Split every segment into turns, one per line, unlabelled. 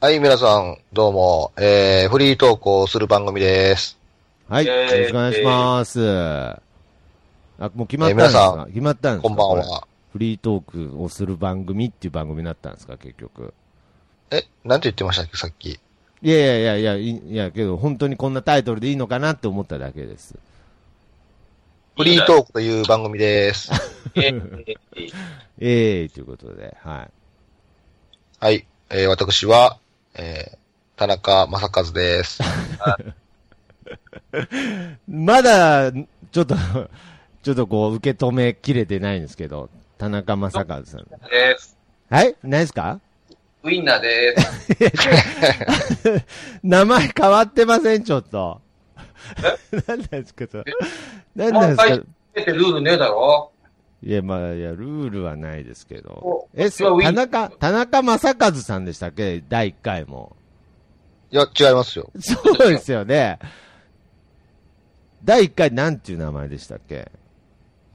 はい、皆さん、どうも、えー、フリートークをする番組です。
はい、
イ
よ
ェ
ろ
ーイ
しくお願いします。あ、もう決まったんで
えー皆
す
さ
か決まったんですか
こんばん
これ
は。
フリートークをする番組っていう番組になったんですか、結局。
え、なんて言ってましたっけ、さっき。
いやいやいやいや、いいや、けど本当にこんなタイトルでいいのかなって思っただけです。
フリートークという番組です。
えーえー
ええー、ということで、は
はい、えー、私は、えー、田中正 和です。
い。まだ、ちょっと、ちょっとこう、受け止めきれてないんですけど、田中正和さん。
です。
はいないですか
ウィンナーです。
名前変わってません、ちょっと。 何なんですか、それ。何なんです
は
か
い。ってルールねえだろ
いや、まあ、いや、ルールはないですけど
お。
え、
こ
そう、
れ
田
はウィン
中、田中正和さんでしたっけ第1回 も。
いや、違いますよ。
そうですよね。第1回なんていう名前でしたっけ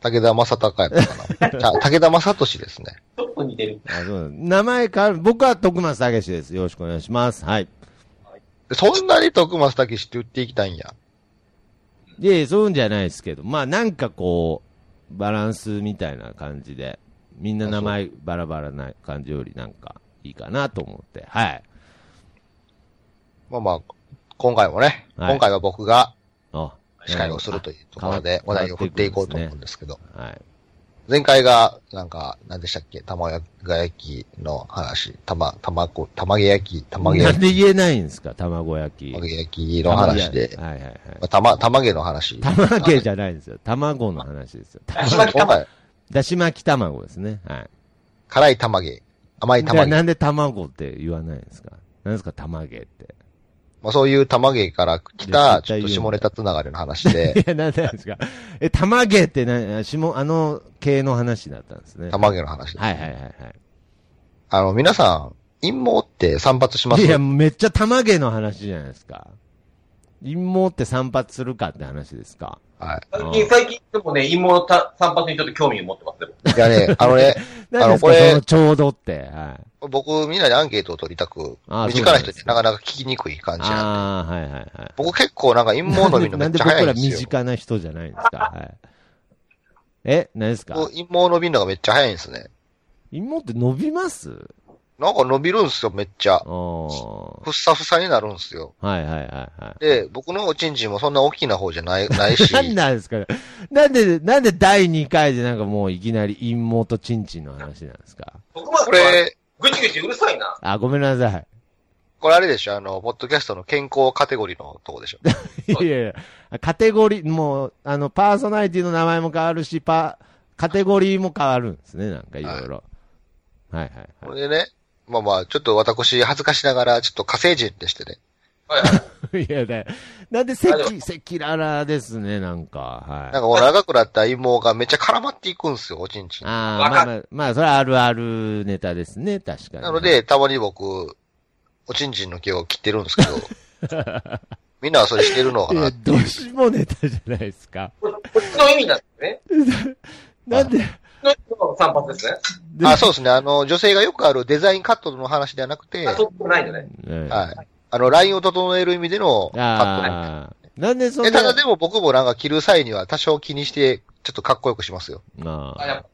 武田正孝やったか な。あ武田正俊ですね。
ちょっと似てる。
あそう名前変わる。僕は徳松武史です。よろしくお願いします。はい。
そんなに徳松武史って言っていきたいんや。
いやいやそういうんじゃないですけど、まあなんかこう、バランスみたいな感じで、みんな名前バラバラな感じよりなんかいいかなと思って、はい。
まあまあ、今回もね、
はい
今回は僕が
あ、
司会をすると
い
いうところで話題を振っていこうと思うんですけど、
う。はい。
前回が、なんか、何でしたっけ玉が焼きの話、玉、玉こ、玉毛焼き、玉毛
な
焼
ん
き、
で言えないんですか卵焼き。
玉毛焼きの話で、
はいはいはい。
まあ玉、玉毛の話。
玉毛じゃないんですよ。卵の話ですよ。
だし巻き
今
玉
回、
だし巻き卵ですね。はい。
辛い玉毛、甘い
じゃ
玉
あ
毛。
なんで卵って言わないんですかなんですか玉毛って。
まあそういう玉毛から来た、
絶
ちょ
対
っと
言う
下ネタつながりの話で、
いや、なんでなんですかえ、玉毛ってな、しも、あの、系の話だったんですね。
玉毛の話。
はいはいはい
あの、皆さん、陰謀って散髪しま
はい。
す
いや、めっちゃ玉毛の話じゃないですか。陰謀って散髪するかって話ですか。
は
最近、最近、でもね、芋た散髪にちょっと興味を持ってますよ。
い。いやね、あのね、
なんです
あのこ
か
れ
そのちょうどって。はい。
僕、みんなにアンケートを取りたく、
あー
身近な
そうなん
人
で
に
すね
なかなか聞きにくい感じなんで。
ああ、はいはいはい。
僕結構なんか陰謀飲みのめ
な
っちゃ
んで
早い
なんで
んで
僕
すよ
ら身。近な人じゃないんですか。はい、え、何ですか
こう陰謀伸びるのがめっちゃ早いんですね。
妹って伸びます
なんか伸びるんすよ、めっちゃ
あ。ー
ふっさふさになるんすよ。
はいはいはいは
で、僕のおちんちんもそんな大きな方じ ゃない、ない し
い。。なんなんですかねなんで、なんで第2回でなんかもういきなり陰謀とチンチンの話なんですか
僕も
こ
これ、
れ、
ぐちぐちうるさいな。
あ、ごめんなさい。
これあれでしょ、あの、ポッドキャストの健康カテゴリーのとこで しょ。
いやいやカテゴリー、もう、あの、パーソナリティの名前も変わるし、パ、カテゴリーも変わるんですね、なんかいろいろ。はいはい
こ
はい。
れでね、まあまあ、ちょっと私恥ずかしながら、ちょっと火星人でしてね。
はいは
い
い。
やだよなんで赤、赤裸々ですね、なんか。はい。
なんかこう長くなった陰謀がめっちゃ絡まっていくんすよ、おちんちん。
ああ、
わ
ま
か
あまあ、まあ、それはあるあるネタですね、確かに。
なの、で、たまに僕、おちんちんの毛を切ってるんですけど、 みんなはそれしてるのか
い
な
や、どうしもネタじゃないですか。
こっちの意味なんですね。
なんで、
こっちの散髪ですね。
で
あ、そうですね。あの、女性がよくあるデザインカットの話ではなくて、
あ、そうじゃないんだね。
うん
はい。あの、ラインを整える意味でのカッ
ああ、なんでそ
ト
ん
ね。
な、
えただでも僕もなんか着る際には多少気にして、ちょっとかっこよくしますよ。
あ
あ、
あ
やっぱ、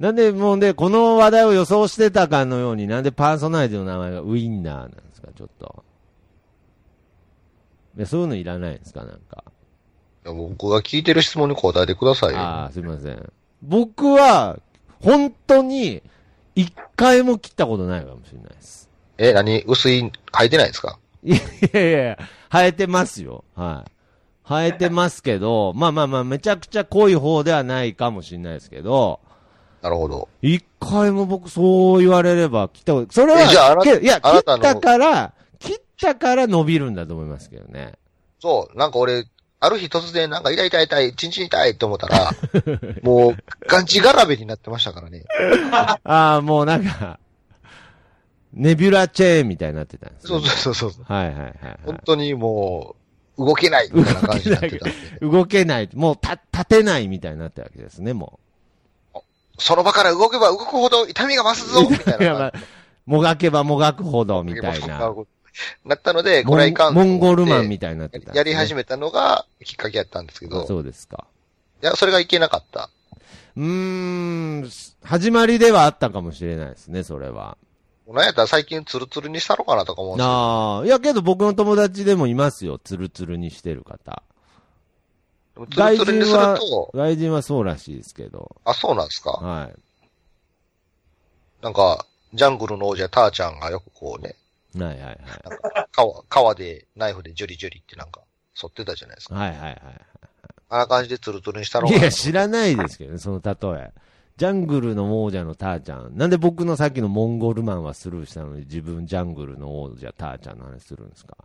なんでもうね、この話題を予想してたかのように、なんでパーソナリティの名前がウインナーなんですか、ちょっと。いや、そういうのいらないんですか、なんか。
いや僕が聞いてる質問に答えてくださいよ。
ああ、すいません。僕は、本当に、一回も切ったことないかもしれないです。
え、何薄い、書いてないですか
いやいやいや、生えてますよ。はい。生えてますけど、まあまあまあ、めちゃくちゃ濃い方ではないかもしれないですけど、
なるほど。
一回も僕そう言われれば切ったこと、それ
えじゃああな
は、けいや、切
あな
ったた
の
から、切ったから伸びるんだと思いますけどね。
そう、なんか俺、ある日突然なんか痛い痛い痛い、チンチン痛いって思っ たら、もう、がんじがらべになってましたからね。
ああ、もうなんか、 ネビュラチェーンみたいになってたんです、ね。
そうそうそうそう。
はいはいはい、はい。
本当にもう、動けないみたいな感じになってたんで。
動けない。もうた立てないみたいになってるわけですね、も。
その場から動けば動くほど痛みが増すぞみたい うな。
やばい。もがけばもがくほ どみたいな。
なったので、
モ
これはいか
ン
んと
モ
思って
ンゴルマンみたいになってたんですね、
やり始めたのがきっかけやったんですけど、
そうですか。
いや、それがいけなかった。
うーん、始まりではあったかもしれないですね、それは。
なんやったら最近ツルツルにしたのかなとか思うんですけど、
ああ、いやけど僕の友達でもいますよ、ツルツルにしてる方。
でもツ
外
ルツルに
人
する
は
と、、
外人はそうらしいですけど。
あ、そうなんですか。
は
なんか、ジャングルの王者ターちゃんがよくこうね、
い。はいはいはい。
川、川でナイフでジュリジュリってなんか、剃ってたじゃないですか。
はいはいはい。
あんな感じでツルツルにしたの
い
かな
や、知らないですけどね、その例え。ジャングルの王者のターちゃん。なんで僕のさっきのモンゴルマンはスルーしたのに自分ジャングルの王者ターちゃんの話するんですか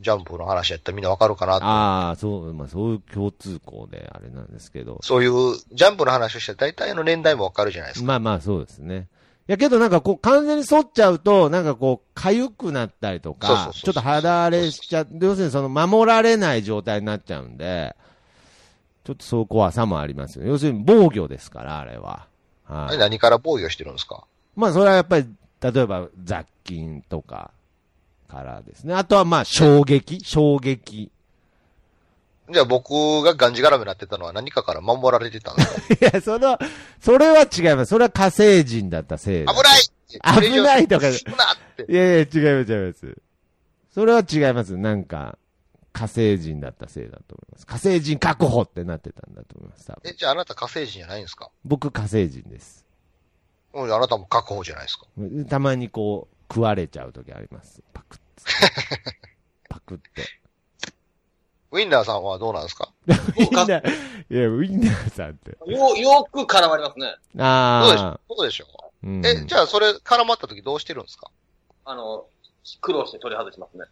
ジャンプの話やったらみんなわかるかなと
ああ、そう、まあそういう共通項であれなんですけど。
そういう、ジャンプの話をしたら大体の年代もわかるじゃないですか。
まあまあそうですね。いやけどなんかこう完全に反っちゃうと、なんかこう痒くなったりと
そうそう
か
そう、そう
ちょっと肌荒れしちゃう、要するにその守られない状態になっちゃうんで、ちょっとそう怖さもありますよね。要するに防御ですから、あれは。はい
あれ。何から防御してるんですか
まあ、それはやっぱり、例えば雑菌とかからですね。あとはまあ、衝撃、衝撃。
じゃあ僕ががんじがらめになってたのは何かから守られてたんで すか
いや、その、それは違います。それは火星人だったせいで。
危ない
危ないとか
それ以上進むなって。
いやいや、違います、違います。それは違います。なんか、火星人だったせいだと思います。火星人確保ってなってたんだと思います。多分
え、じゃああなた火星人じゃないんですか
僕、火星人です。
うん、あなたも確保じゃないですか。
たまにこう、食われちゃう時あります。パクッつ って。パクって。
ウィンナーさんはどうなんですか
ウィンナー、いや、ウィンナーさんって。
よ、よく絡まりますね。
どうでし
あ
ょうどうでしょ
あ。うん
うえ、じゃあそれ絡まった時どうしてるんですか
あの、苦労して取り外しますね。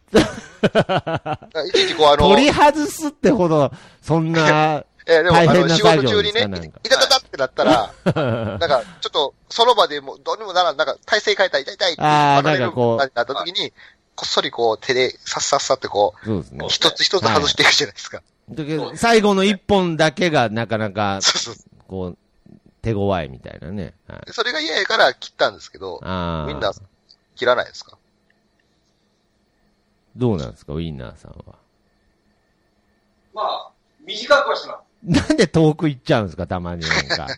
いちいちこうあの、
取り外すってほど、そんな、
えーでも、あ
大変
の、
な
仕
作
事
業で
中に
すか
ね、
なん
い
か
いたたたってなったら、なんか、ちょっと、その場でもう、どうにもならん、なんか、体勢変えたら痛い痛いって、
あー
離れる
なんかこう
感じになった時に、こっそりこう、手で、さっさっさってこ
そうですね
う、。一つ一つ外していくじゃないですか。
だけど最後の一本だけがなかなか、
そうそうそ
こう、手強いみたいなね。はい、
う。それが嫌やから切ったんですけど、ウ
あ
ィンナ
あ
ー、切らないですか
どうなんですか、ウィンナーさんは。
まあ、短くはしま
なんで遠く行っちゃうんですか、たまになん か。
す。なんか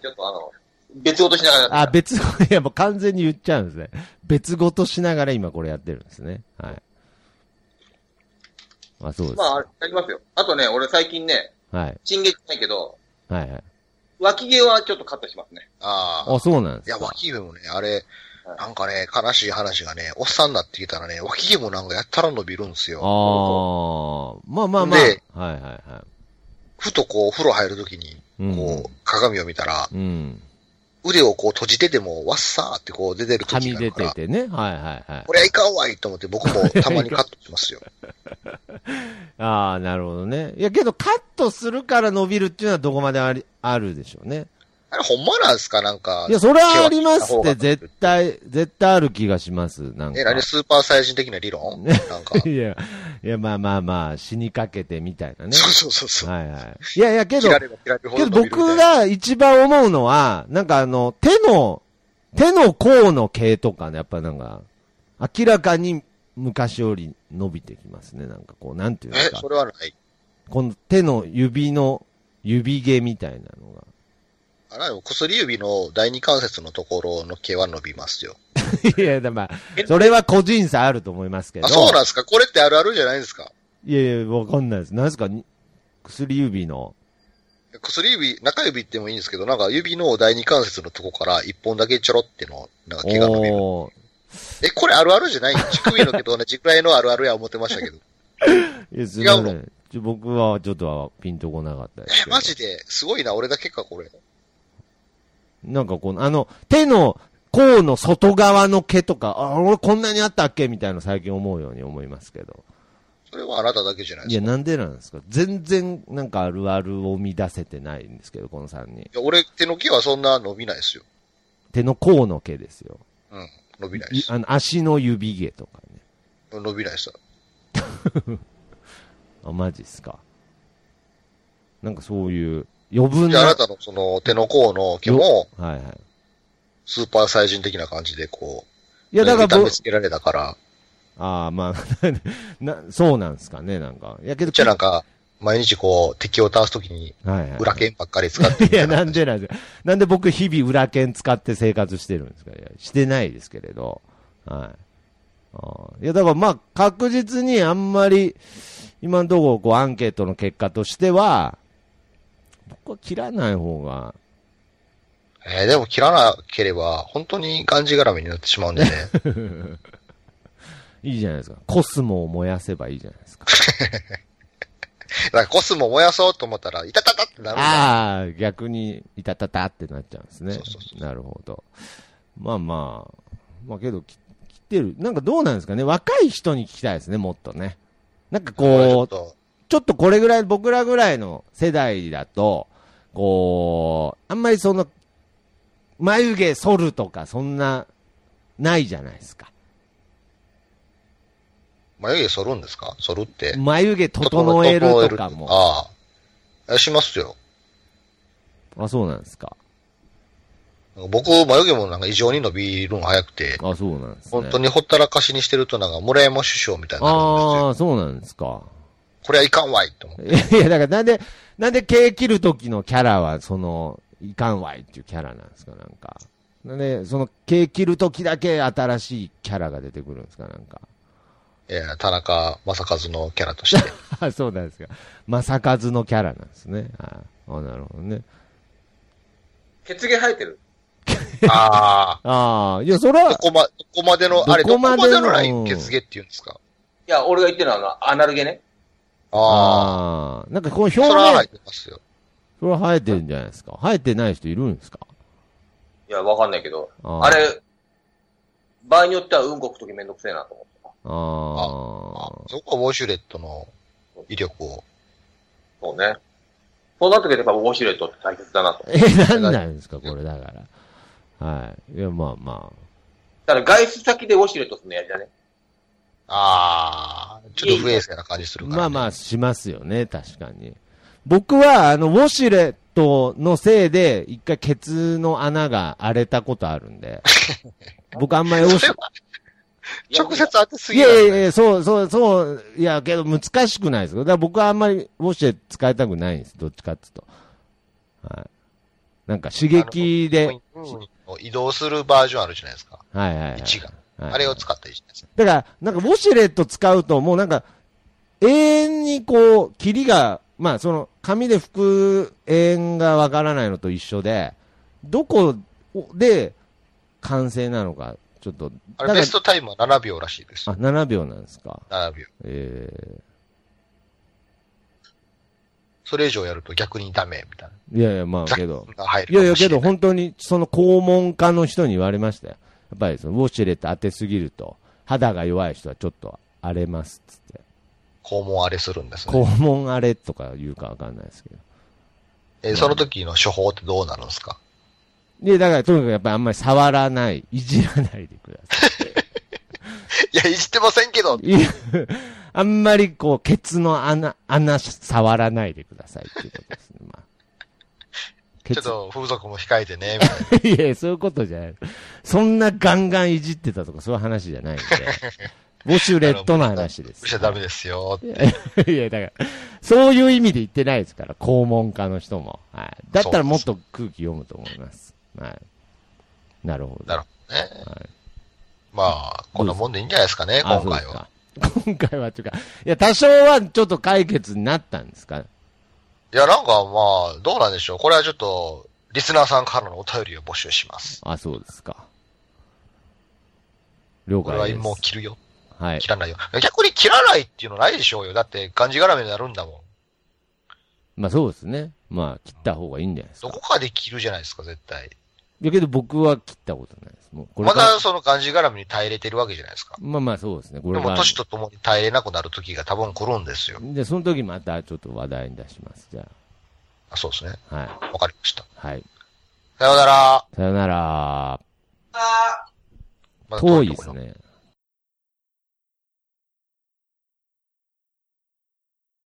ちょっとあの、別落としながら。
あ、別語、いやもう完全に言っちゃうんですね。別ごとしながら今これやってるんですね。はい。あ、そうです。
まあ、やりますよ。あとね、俺最近ね、
はい。
チンゲじゃないけど、
はいはい。
脇毛はちょっとカットしますね。
ああ
あ、。そうなんで
い
す
や、
か。
脇毛もね、あれ
はい、
なんかね、悲しい話がね、おっさんになってきたらね、脇毛もなんかやったら伸びるんですよ。
ああ、まあまあま
で
あ。はいはいは
ふとこう、お風呂入るときに、
い。うん。
こう、鏡を見たら、
うん。
腕をこう閉じてても、わっさーってこう出てる
は
時
み
がある
出
から
て、てね。はいはいはい
こ。れはいかんわいと思って僕もたまにカットしま すよ。
ああ、なるほどね。いや、けどカットするから伸びるっていうのはどこまであり、あるでしょうね。
あれほんまなんすかなんか。
いや、それはありますっ
毛
て、
は引いた方が
絶対、絶対ある気がします。なんか。
え、何スーパーサイジン的な理論な んか。
いや、いや、まあまあまあ、死にかけてみたいなね。
そうそうそうそう。
はいはい。いやいや、けど
切ら、れば切られるほ
け
ど
ど
伸びるみた
僕
いな。
が一番思うのは、なんかあの、手の、手の甲の毛とかね、やっぱなんか、明らかに昔より伸びてきますね。なんかこう、なんていうんです
え、
か
そ。れはない。
この手の指の、指毛みたいなのが。
あれ薬指の第二関節のところの毛は伸びますよ。
いや、だまあ、それは個人差あると思いますけど。
あ、そうなんですかこれってあるあるじゃないですか
いやいや、わかんないです。なんですか、に薬指の。
薬指、中指ってもいいんですけど、なんか指の第二関節のとこから一本だけちょろっての、なんか毛が伸びる。
おー
え、これあるあるじゃない乳首の毛と同じくらいのあるあるや思ってましたけ ど。
いや、すいませ。
違うん
ちょ僕はちょっとはピンとこなかったですけ
え、
ど。
マジですごいな、俺だけか、これ。
なんかこの、あの、手の甲の外側の毛とか、あ、俺こんなにあったっけみたいなの最近思うように思いますけど。
それはあなただけじゃない
い
です
や、
か。い
なんでなんですか全然、なんかあるあるを生み出せてないんですけど、この3人。
や俺、手の毛はそんな伸びないですよ。
手の甲の毛ですよ。
うん。伸びない
い
し。
あの足の指毛とかね。
伸びないしさ。
あ、マジっすか。なんかそういう、余分
で、あ
な。
なたのその手の甲の毛も、
はいはい。
スーパーサイジン的な感じでこう、
いや、だから
痛
僕
め、つけられたから、
ああ、 まあ、な、そうなんすかね、なんか。いやけど、
じゃあなんか、毎日こう、敵を倒すときに、
はいはい。
裏剣ばっかり使って み
い
た
や、
いな
な
感
ん
じ。
でなんですなんで僕、日々裏剣使って生活してるんですかいや、してないですけれど。はい。あーいや、だからまあ、確実にあんまり、今のところ、こう、アンケートの結果としては、僕は切らない方が、
えーでも切らなければ、本当にがんじがらめになってしま うんでね。
いいじゃないですか。コスモを燃やせばいいじゃないですか。
だからコスモ燃やそうと思ったら、いたたたってなるんだ。
ああ、逆に、いたたたってなっちゃうんですね。
そうそうそ
なるほど。まあまあ、まあけど、き切ってる。なんかどうなんですかね。若い人に聞きたいですね、もっとね。なんか
ちょ
こ
っ
う、
と
ちょっとこれぐらい、僕らぐらいの世代だと、こう、あんまりその、眉毛剃るとか、そんな、ないじゃないですか。
眉毛剃るんですか剃るって。
眉毛整えるとかも。
ああ。えしますよ。
あ、そうなんですか。
僕、眉毛もなんか異常に伸びるの早くて、
あ、そうなんですね。
本当にほったらかしにしてるとなんか村山首相みたいになるんですよ。
ああ、そうなんですか。
これはいかんわいと思って。
いやいや、だからなんで、なんで毛切る時のキャラは、その、いかんわいっていうキャラなんですか、なんか。なんで、その毛切る時だけ新しいキャラが出てくるんですか、なんか。
いや、田中正和のキャラとして。
あそうなんですか。正和のキャラなんですね。ああ、なるほどね。
血毛生えてる。
あ
ああ、いや、それ
あ。ど
は、
こま、どこまでの、あれ、
ど
ど
こ
こ
ま
ま
で
で
の
のライン血毛って言うんですか
いや、俺が言ってるのは、あのアナル毛ね。
ああ。
ああ、なんかこの表
それは入
面
っ、てますよ。
それは生えてるんじゃないですか。生えてない人いるんですか
いや、わかんないけど。
あー
あれ、場合によってはうんこくときめんどくせえなと思って。
あ
あ
ー
そこはウォシュレットの威力を。
そうね。そうなってくれば、ウォシュレットって大切だなと。
え、なんなんですか、これ、だから。はい。いや、まあまあ。
ただ、外出先でウォシュレットするのやりだね。
ああ。ちょっと不衛生な感じするから、ね。
まあまあ、しますよね、確かに。僕は、あの、ウォシュレットのせいで、一回ケツの穴が荒れたことあるん で。僕あんまりウォシュ
直接当てす
い
ぎ
や
る。
いやいや、そうそうそう、いや、けど難しくないですよ。だから僕はあんまりウォシュレット使いたくないんです、どっちかっていうと。はい。なんか刺激で、はい
移動するバージョンあるじゃないですか。
はい、はい。
位置が。
はい
あれを使ったりしないですか。
だから、なんかウォシュレット使うと、もうなんか、永遠にこう、霧が、まあその、紙で拭く永遠がわからないのと一緒で、どこで完成なのか、ちょっと、
あ
だから
れベストタイムは7秒らしいです
あ、。7秒なんですか。
7秒。
え
それ以上やると逆にダメ、みたい
ー、いやいや、まあ
な。
けど、
が入
いやいや
る
けど、
ほん
本当に、その肛門科の人に言われましたよ。やっぱりその、ウォシュレット当てすぎると、肌が弱い人はちょっと荒れますっつって。
肛門あれするんですね。
肛門荒れとか言うかわかんないですけど。
えー、その時の処方ってどうなるんですか
で、だから、とにかくやっぱりあんまり触らない、いじらないでくださ
いや、いじってませんけど、
い。いやあんまりこう、ケツの穴、穴触らないでくださいっていうことですね。まあ。ケ
ちょ
ツ
っと風俗も控えてね、みたいな。
いや、そういうことじゃない。そんなガンガンいじってたとか、そういう話じゃないんで。ウォシュレットの話です
し。ちゃダメですよ。
いや、だから、そういう意味で言ってないですから、肛門科の人も。はい。だったらもっと空気読むと思います。はい。なるほど。
なるほどね。まあ、こんなもんでいいんじゃないですかね、
あ
今回は。。
そうですか今回はというか、いや、多少はちょっと解決になったんですか
いや、なんかまあ、どうなんでしょう。これはちょっと、リスナーさんからのお便りを募集します。
あ、そうですか。了
これは
解で
もう
す。
切るよ。
はい
切。らないよ。逆に切らないっていうのないでしょうよ。だって、がんじがらめになるんだもん。
まあそうですね。まあ、切った方がいいんじゃないです
ど
か。
こかで切るじゃないですか、絶対。
いやけど僕は切ったことないです。もうこれ
ま
から
だそのがんじがらめに耐えれてるわけじゃないですか。
まあまあそうですね。こ
で
れ
も、
は。
年とともに耐えれなくなる時が多分来るんですよ。
で、その時またちょっと話題に出します。じゃ
あそうですね。
あ。はい。
わかりました。
はい。
さようなら。
さよなら。
あー
ままだ
遠いですね。